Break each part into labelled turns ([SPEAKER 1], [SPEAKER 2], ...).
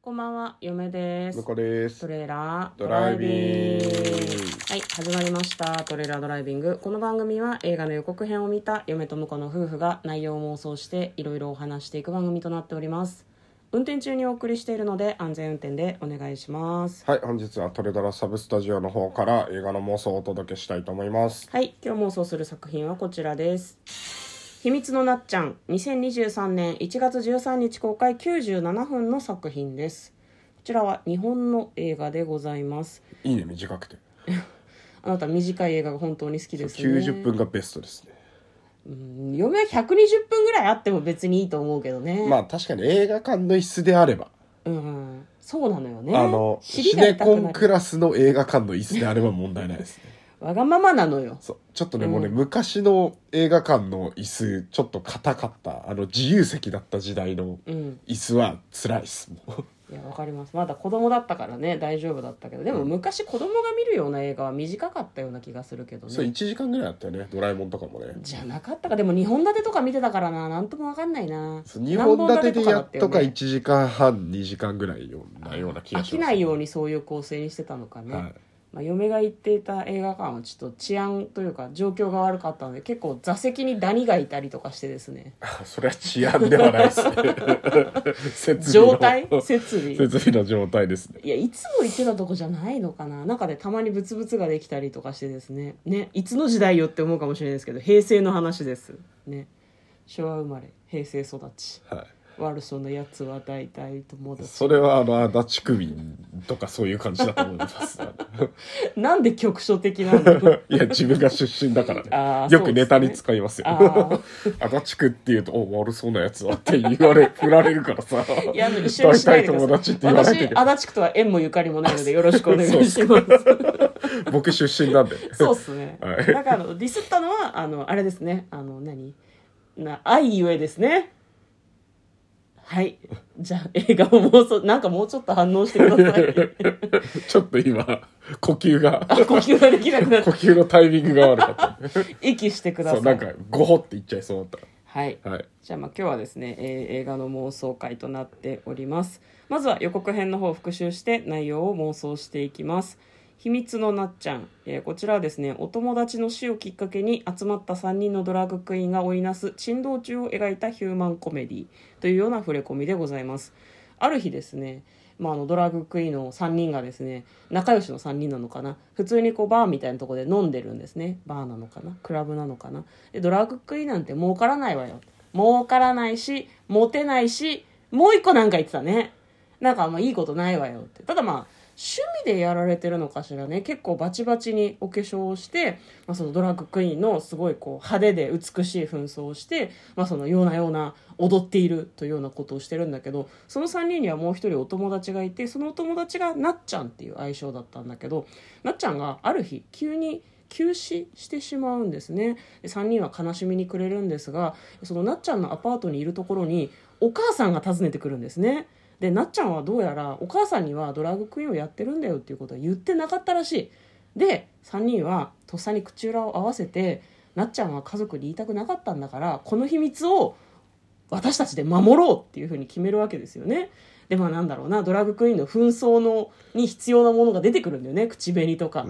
[SPEAKER 1] こんばんは、嫁です
[SPEAKER 2] 向。こうです
[SPEAKER 1] ト。レーラー
[SPEAKER 2] ドライビング
[SPEAKER 1] はい、始まりました。トレーラードライビング。この番組は映画の予告編を見た嫁と婿の夫婦が内容を妄想していろいろお話していく番組となっております。運転中にお送りしているので安全運転でお願いします。
[SPEAKER 2] はい、本日はトレドラサブスタジオの方から映画の妄想をお届けしたいと思います。
[SPEAKER 1] はい、今日妄想する作品はこちらです。秘密のなっちゃん、2023年1月13日公開97分の作品です。こちらは日本の映画でございます。
[SPEAKER 2] いいね、短くて。
[SPEAKER 1] あなた短い映画が本当に好きですね。
[SPEAKER 2] 90分がベストですね。
[SPEAKER 1] うん嫁は120分ぐらいあっても別にいいと思うけどね。
[SPEAKER 2] まあ確かに映画館の椅子であれば、
[SPEAKER 1] うん。そうなのよね。
[SPEAKER 2] あの、
[SPEAKER 1] 尻
[SPEAKER 2] シ
[SPEAKER 1] が
[SPEAKER 2] ネ
[SPEAKER 1] 痛
[SPEAKER 2] コ
[SPEAKER 1] くな
[SPEAKER 2] ン
[SPEAKER 1] る
[SPEAKER 2] クラスの映画館の椅子であれば問題ないですね。
[SPEAKER 1] わがままなのよ。
[SPEAKER 2] そう。ちょっとね、もうね、昔の映画館の椅子、ちょっと硬かった、あの、自由席だった時代の
[SPEAKER 1] うん。
[SPEAKER 2] 椅子は辛いです。もう
[SPEAKER 1] いや、わかります。まだ子供だったからね、大丈夫だったけど。でも昔子供が見るような映画は短かったような気がするけど
[SPEAKER 2] そう、
[SPEAKER 1] ね。
[SPEAKER 2] 1時間ぐらいあったよね、ドラえもんとかもね。
[SPEAKER 1] じゃなかったか。でも2本立てとか見てたからな、なんともわかんないな。
[SPEAKER 2] そう二本立てでやっとか
[SPEAKER 1] 何本立てだ
[SPEAKER 2] 1時間半2時間ぐらいようなような気
[SPEAKER 1] たよね飽
[SPEAKER 2] がします、
[SPEAKER 1] きないようにそういう構成にしてたのかね。
[SPEAKER 2] はい、
[SPEAKER 1] まあ、嫁が行っていた映画館はちょっと治安というか状況が悪かったので結構座席にダニがいたりとかしてです ね
[SPEAKER 2] それは治安ではないです ね設備の
[SPEAKER 1] 状態設備
[SPEAKER 2] 設備の状態ですね
[SPEAKER 1] いやいつも行ってたとこじゃないのかな中でたまにブツブツができたりとかしてですねねいつの時代よって思うかもしれないですけど平成の話ですね昭和生まれ平成育ち
[SPEAKER 2] は
[SPEAKER 1] 悪そうなやつは大体友
[SPEAKER 2] い
[SPEAKER 1] 達
[SPEAKER 2] それはあの足立区民とかそういう感じだと思います
[SPEAKER 1] なんで局所的なの
[SPEAKER 2] いや自分が出身だから
[SPEAKER 1] あ
[SPEAKER 2] ね
[SPEAKER 1] ー
[SPEAKER 2] よくネタに使いますよ
[SPEAKER 1] そう
[SPEAKER 2] 足立区っていうと「お悪そうなやつは」って言われ振られるからさ
[SPEAKER 1] いやあの一緒にしないでください
[SPEAKER 2] 大体友達って言われてるけど
[SPEAKER 1] 私足立区とは縁もゆかりもないのでよろしくお願いします
[SPEAKER 2] 僕出身なんで
[SPEAKER 1] そうっすね。
[SPEAKER 2] はい
[SPEAKER 1] だからあのディスったのはあのあれですね。あの何な愛ゆえですね。はい。じゃあ映画を妄想なんかもうちょっと反応してください。
[SPEAKER 2] ちょっと今呼吸が
[SPEAKER 1] あ呼吸ができなくなっ
[SPEAKER 2] 呼
[SPEAKER 1] て
[SPEAKER 2] 吸のタイミングが悪かった
[SPEAKER 1] 息してください。
[SPEAKER 2] そうなんかゴホって言っちゃいそうだっ
[SPEAKER 1] はい。
[SPEAKER 2] たはい
[SPEAKER 1] じゃあまあ今日はですね、えー映画の妄想会となっておりますまずは予告編の方を復習して内容を妄想していきます秘密のなっちゃん、えーこちらはですねお友達の死をきっかけに集まった3人のドラァグクイーンが織りなす珍道中を描いたヒューマンコメディというような触れ込みでございますある日ですね、まあ、あのドラァグクイーンの3人がですね仲良しの3人なのかな普通にこうバーみたいなところで飲んでるんですねバーなのかなクラブなのかなでドラァグクイーンなんて儲からないわよ儲からないしモテないしもう一個なんか言ってたねなんかあんまいいことないわよってただまあ趣味でやられてるのかしらね結構バチバチにお化粧をして、まあ、そのドラッグクイーンのすごいこう派手で美しい紛争をして、まあ、そのようなような踊っているというようなことをしてるんだけどその3人にはもう一人お友達がいてそのお友達がなっちゃんっていう愛称だったんだけどなっちゃんがある日急に急死してしまうんですねで3人は悲しみに暮れるんですがそのなっちゃんのアパートにいるところにお母さんが訪ねてくるんですねでなっちゃんはどうやらお母さんにはドラァグクイーンをやってるんだよっていうことは言ってなかったらしいで3人はとっさに口裏を合わせてなっちゃんは家族に言いたくなかったんだからこの秘密を私たちで守ろうっていうふうに決めるわけですよね。でまあなんだろうなドラァグクイーンの紛争のに必要なものが出てくるんだよね口紅とか、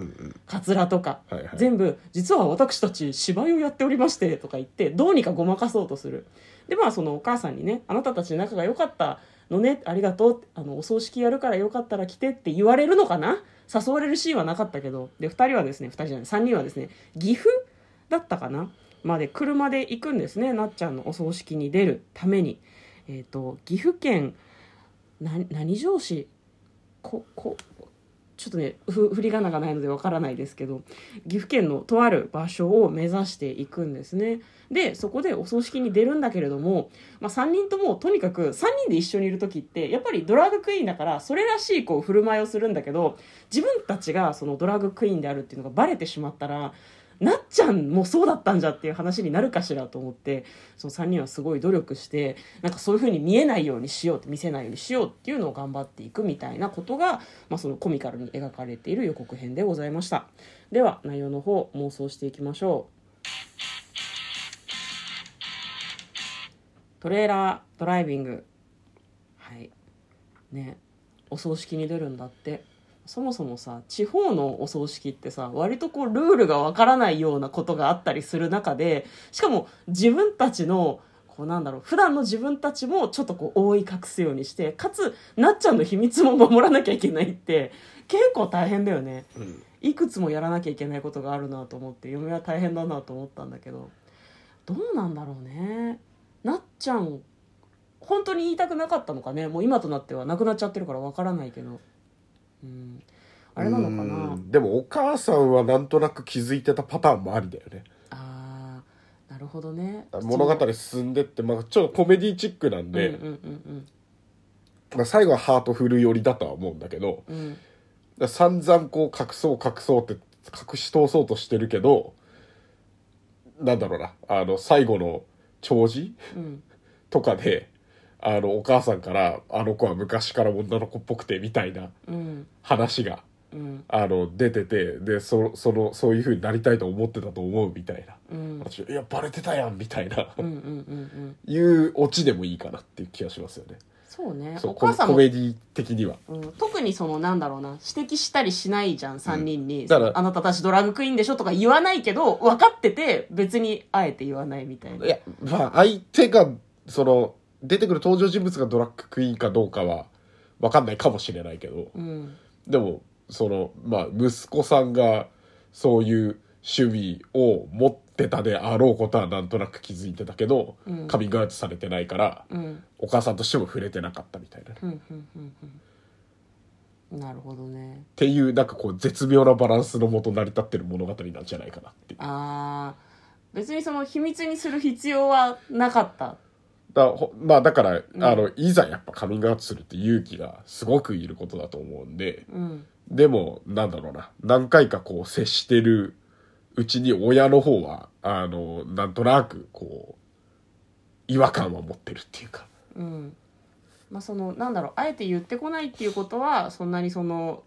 [SPEAKER 1] カツラとか、
[SPEAKER 2] はいはい
[SPEAKER 1] 全部実は私たち芝居をやっておりましてとか言ってどうにかごまかそうとするでまあそのお母さんにね「あなたたち仲が良かったのねありがとう」あの「お葬式やるからよかったら来て」って言われるのかな誘われるシーンはなかったけどで2人はですね2人じゃない3人はですね岐阜だったかなまで車で行くんですねなっちゃんのお葬式に出るために、えー、と岐阜県な何城市ここちょっとねふ振り仮名がないのでわからないですけど岐阜県のとある場所を目指していくんですねでそこでお葬式に出るんだけれども、まあ、3人ともとにかく3人で一緒にいる時ってやっぱりドラァグクイーンだからそれらしいこう振る舞いをするんだけど自分たちがそのドラァグクイーンであるっていうのがバレてしまったらなっちゃんもそうだったんじゃっていう話になるかしらと思ってその3人はすごい努力してなんかそういう風に見えないようにしようって見せないようにしようっていうのを頑張っていくみたいなことが、まあ、そのコミカルに描かれている予告編でございましたでは内容の方妄想していきましょうトレーラードライビングはいねお葬式に出るんだってそもそもさ地方のお葬式ってさ割とこうルールがわからないようなことがあったりする中でしかも自分たちのこうなんだろう普段の自分たちもちょっとこう覆い隠すようにしてかつなっちゃんの秘密も守らなきゃいけないって結構大変だよね
[SPEAKER 2] うん
[SPEAKER 1] いくつもやらなきゃいけないことがあるなと思って嫁は大変だなと思ったんだけどどうなんだろうねなっちゃん本当に言いたくなかったのかねもう今となってはなくなっちゃってるからわからないけどうんあれなのか
[SPEAKER 2] う
[SPEAKER 1] なん
[SPEAKER 2] でもお母さんはなんとなく気づいてたパターンもありだよね
[SPEAKER 1] あーなるほどね
[SPEAKER 2] 物語進んでって、まあ、ちょっとコメディチックなん
[SPEAKER 1] うんうん
[SPEAKER 2] で、
[SPEAKER 1] うん
[SPEAKER 2] まあ、最後はハートフル寄りだとは思うんだけど
[SPEAKER 1] うんうん
[SPEAKER 2] だから散々こう隠そう隠そうって隠し通そうとしてるけどなんだろうなあの最後の弔辞
[SPEAKER 1] うん
[SPEAKER 2] とかであのお母さんから「あの子は昔から女の子っぽくて」みたいな
[SPEAKER 1] うん
[SPEAKER 2] 話が
[SPEAKER 1] うん
[SPEAKER 2] あの出ててでそそのそういう風になりたいと思ってたと思うみたいな
[SPEAKER 1] うん
[SPEAKER 2] 私いやバレてたやん」みたいな、
[SPEAKER 1] うんうんうんうん
[SPEAKER 2] いうオチでもいいかなっていう気がしますよね。
[SPEAKER 1] そうね
[SPEAKER 2] そう
[SPEAKER 1] お母さん
[SPEAKER 2] コ
[SPEAKER 1] も
[SPEAKER 2] メコメディ的には
[SPEAKER 1] うん、特にそのなんだろうな指摘したりしないじゃん3人に、
[SPEAKER 2] だから
[SPEAKER 1] あなたたちドラッグクイーンでしょとか言わないけど分かってて別にあえて言わないみたいない
[SPEAKER 2] や、まあ、相手が、その、出てくる登場人物がドラッグクイーンかどうかは、わかんないかもしれないけど、
[SPEAKER 1] うん
[SPEAKER 2] でも、その、まあ、息子さんが、そういう趣味を持ってたであろうことはなんとなく気づいてたけど、
[SPEAKER 1] うん
[SPEAKER 2] カミングアウトされてないから、
[SPEAKER 1] うん
[SPEAKER 2] お母さんとしても触れてなかったみたいな。っ
[SPEAKER 1] うんうんうんうんなるほどね
[SPEAKER 2] ていう、なんかこう、絶妙なバランスのもと成り立ってる物語なんじゃないかなっていう。
[SPEAKER 1] あー別にその秘密にする必要はなかった
[SPEAKER 2] だほまあ、だから、あの、いざやっぱカミングアウトするって勇気がすごくいることだと思うんで、
[SPEAKER 1] うん
[SPEAKER 2] でも、なんだろうな。何回かこう接してるうちに親の方は、あの、なんとなく、こう、違和感は持ってるっていうか。
[SPEAKER 1] うんまあそのなんだろうあえて言ってこないっていうことはそんなにその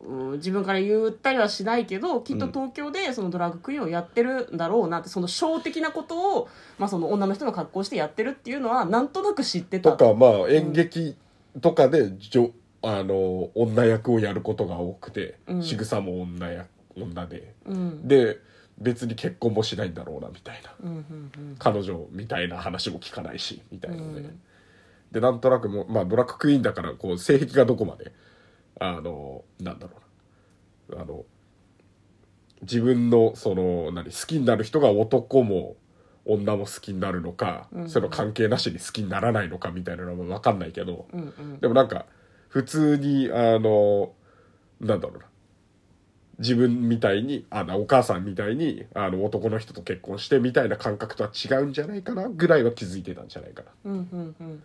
[SPEAKER 1] うん自分から言ったりはしないけどきっと東京でそのドラッグクイーンをやってるんだろうなってその小的なことを、まあ、その女の人の格好をしてやってるっていうのはなんとなく知ってた
[SPEAKER 2] とか、まあ、演劇とかで、じょあの、女役をやることが多くて
[SPEAKER 1] う、ん
[SPEAKER 2] 仕草も女や、女で。
[SPEAKER 1] うん
[SPEAKER 2] で、別に結婚もしないんだろうな、みたいな。
[SPEAKER 1] うんうんうん
[SPEAKER 2] 彼女みたいな話も聞かないし、みたいなので。
[SPEAKER 1] うん
[SPEAKER 2] で、なんとなくもう、まあ、ドラッグクイーンだから、こう、性癖がどこまで、あの、なんだろうな。あの、自分の、その、何、好きになる人が男も女も好きになるのか、
[SPEAKER 1] うん
[SPEAKER 2] その関係なしに好きにならないのかみたいなのはわかんないけど、
[SPEAKER 1] うんうん
[SPEAKER 2] でもなんか、普通に、あの、なんだろうな。自分みたいに、あの、お母さんみたいに、あの、男の人と結婚してみたいな感覚とは違うんじゃないかな、ぐらいは気づいてたんじゃないかな。
[SPEAKER 1] うんうんうんうん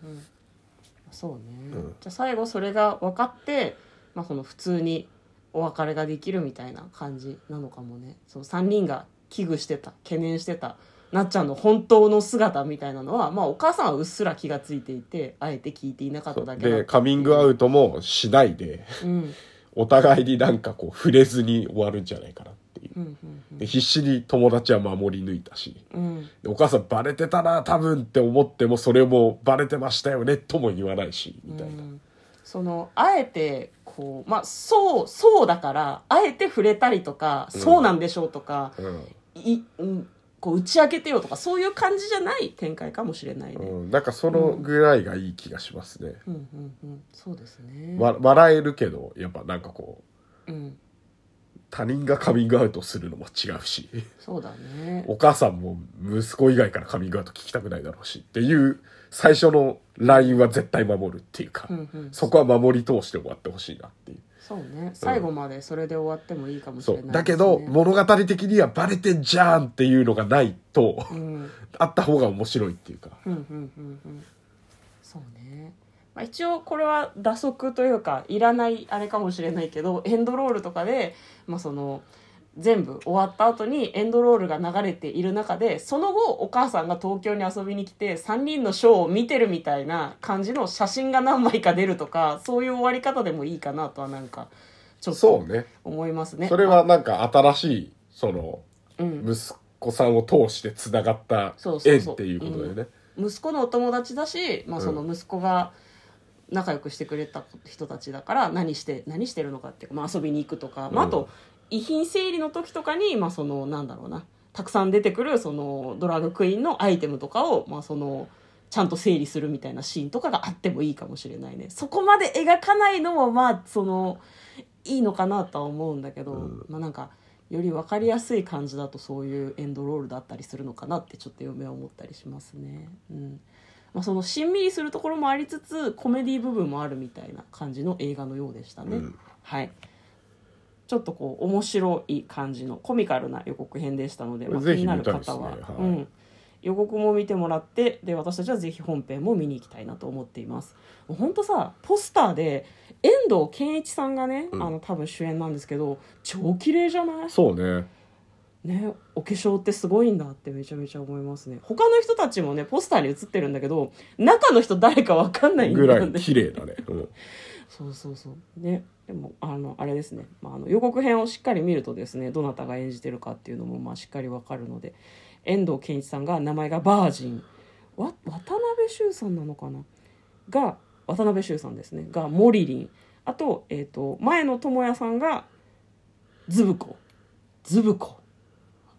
[SPEAKER 1] そうね、
[SPEAKER 2] うん
[SPEAKER 1] じゃあ最後それが分かって、まあ、その普通にお別れができるみたいな感じなのかもねその3人が危惧してた懸念してたなっちゃんの本当の姿みたいなのは、まあ、お母さんはうっすら気がついていてあえて聞いていなかっただけだ
[SPEAKER 2] でカミングア
[SPEAKER 1] ウ
[SPEAKER 2] ウトもしないで
[SPEAKER 1] ト、うん
[SPEAKER 2] お互いになんかこう触れずに終わるんじゃないかなっていう
[SPEAKER 1] うんうん
[SPEAKER 2] で必死に友達は守り抜いたし
[SPEAKER 1] うん
[SPEAKER 2] でお母さんバレてたな多分って思ってもそれもバレてましたよねとも言わないしみたいな、
[SPEAKER 1] うんそのあえてこうまあそうそうだからあえて触れたりとか、
[SPEAKER 2] うん
[SPEAKER 1] そうなんでしょうとか、
[SPEAKER 2] うん
[SPEAKER 1] い、うん、こう打ち明けてよとかそういう感じじゃない展開かもしれないね。
[SPEAKER 2] うんなんかそのぐらいがいい気がしますね、
[SPEAKER 1] うんうんうん、そうですね。
[SPEAKER 2] わ笑えるけどやっぱなんかこう
[SPEAKER 1] うん、
[SPEAKER 2] 他人がカミングアウトするのも違うし
[SPEAKER 1] そうだね。
[SPEAKER 2] お母さんも息子以外からカミングアウト聞きたくないだろうしっていう最初のラインは絶対守るっていうか、
[SPEAKER 1] うんうん、
[SPEAKER 2] そこは守り通して終わってほしいなっていう。
[SPEAKER 1] そうね。最後までそれで終わってもいいかもし
[SPEAKER 2] そ
[SPEAKER 1] れな
[SPEAKER 2] う
[SPEAKER 1] い、ね。
[SPEAKER 2] だけど、物語的にはバレてんじゃんっていうのがないと、
[SPEAKER 1] うん。
[SPEAKER 2] あった方が面白いっていうか。
[SPEAKER 1] うんうんうんうんそうね、まあ、一応これは打足というかいらないあれかもしれないけどエンドロールとかで、まあ、その全部終わった後にエンドロールが流れている中でその後お母さんが東京に遊びに来て3人のショーを見てるみたいな感じの写真が何枚か出るとかそういう終わり方でもいいかなとはなんかちょっ
[SPEAKER 2] そ
[SPEAKER 1] と
[SPEAKER 2] うね。
[SPEAKER 1] 思いますね。
[SPEAKER 2] それ
[SPEAKER 1] ま
[SPEAKER 2] はなんか新しい、その、
[SPEAKER 1] あうん
[SPEAKER 2] 息子さんを通して繋がった
[SPEAKER 1] そうそう
[SPEAKER 2] 縁
[SPEAKER 1] そう
[SPEAKER 2] っていうことだよね。
[SPEAKER 1] 息子のお友達だし、まあ、その息子が仲良くしてくれた人たちだから何して何してるのかっていうか、まあ、遊びに行くとか、
[SPEAKER 2] ん
[SPEAKER 1] まあ、あと遺品整理の時とかに、まあ、そのなんだろうなたくさん出てくるそのドラァグクイーンのアイテムとかを、まあ、そのちゃんと整理するみたいなシーンとかがあってもいいかもしれないねそこまで描かないのもまあそのいいのかなとは思うんだけど、
[SPEAKER 2] うん
[SPEAKER 1] まあなんかより分かりやすい感じだとそういうエンドロールだったりするのかなってちょっと嫁は思ったりしますね。うんまあ、そのしんみりするところもありつつコメディ部分もあるみたいな感じの映画のようでしたね。
[SPEAKER 2] うん
[SPEAKER 1] はいちょっとこう面白い感じのコミカルな予告編でしたので、まあ、気
[SPEAKER 2] ぜひ
[SPEAKER 1] になる
[SPEAKER 2] 見た
[SPEAKER 1] 方
[SPEAKER 2] い
[SPEAKER 1] は、
[SPEAKER 2] ですねはい
[SPEAKER 1] うん、予告も見てもらってで私たちはぜひ本編も見に行きたいなと思っています本当さポスターで遠藤憲一さんがね、
[SPEAKER 2] うん
[SPEAKER 1] あの多分主演なんですけど超綺麗じゃない
[SPEAKER 2] そうね
[SPEAKER 1] ねお化粧ってすごいんだってめちゃめちゃ思いますね他の人たちもねポスターに写ってるんだけど中の人誰かわかんないんだ
[SPEAKER 2] ぐ
[SPEAKER 1] よ
[SPEAKER 2] ら
[SPEAKER 1] ね
[SPEAKER 2] い綺麗だね、うん、
[SPEAKER 1] そうそうそうねでもあのあれですね、まあ、あの予告編をしっかり見るとですねどなたが演じてるかっていうのもまあしっかりわかるので遠藤憲一さんが名前がバージンわ渡辺修さんなのかなが渡辺修さんですねがモリリンあと,、えー、と前野智也さんがズブコズブコ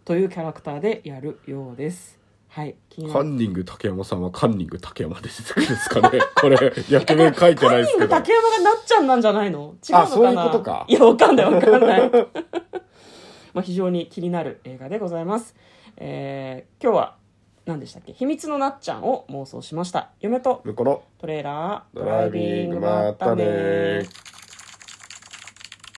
[SPEAKER 1] というキャラクターでやるようです。はい、気になる
[SPEAKER 2] カンニング竹山さんはカンニング竹山で出てくるんですかねこ れ役名書いてないですけど
[SPEAKER 1] カンニング竹山がなっちゃんなんじゃないの違うのかな
[SPEAKER 2] あそういうことか
[SPEAKER 1] いや、わかんないわかんない。 まあ非常に気になる映画でございます。えー今日は何でしたっけ秘密のなっちゃんを妄想しました。嫁と
[SPEAKER 2] 向こうの
[SPEAKER 1] トレーラー、
[SPEAKER 2] ドライビングまったねー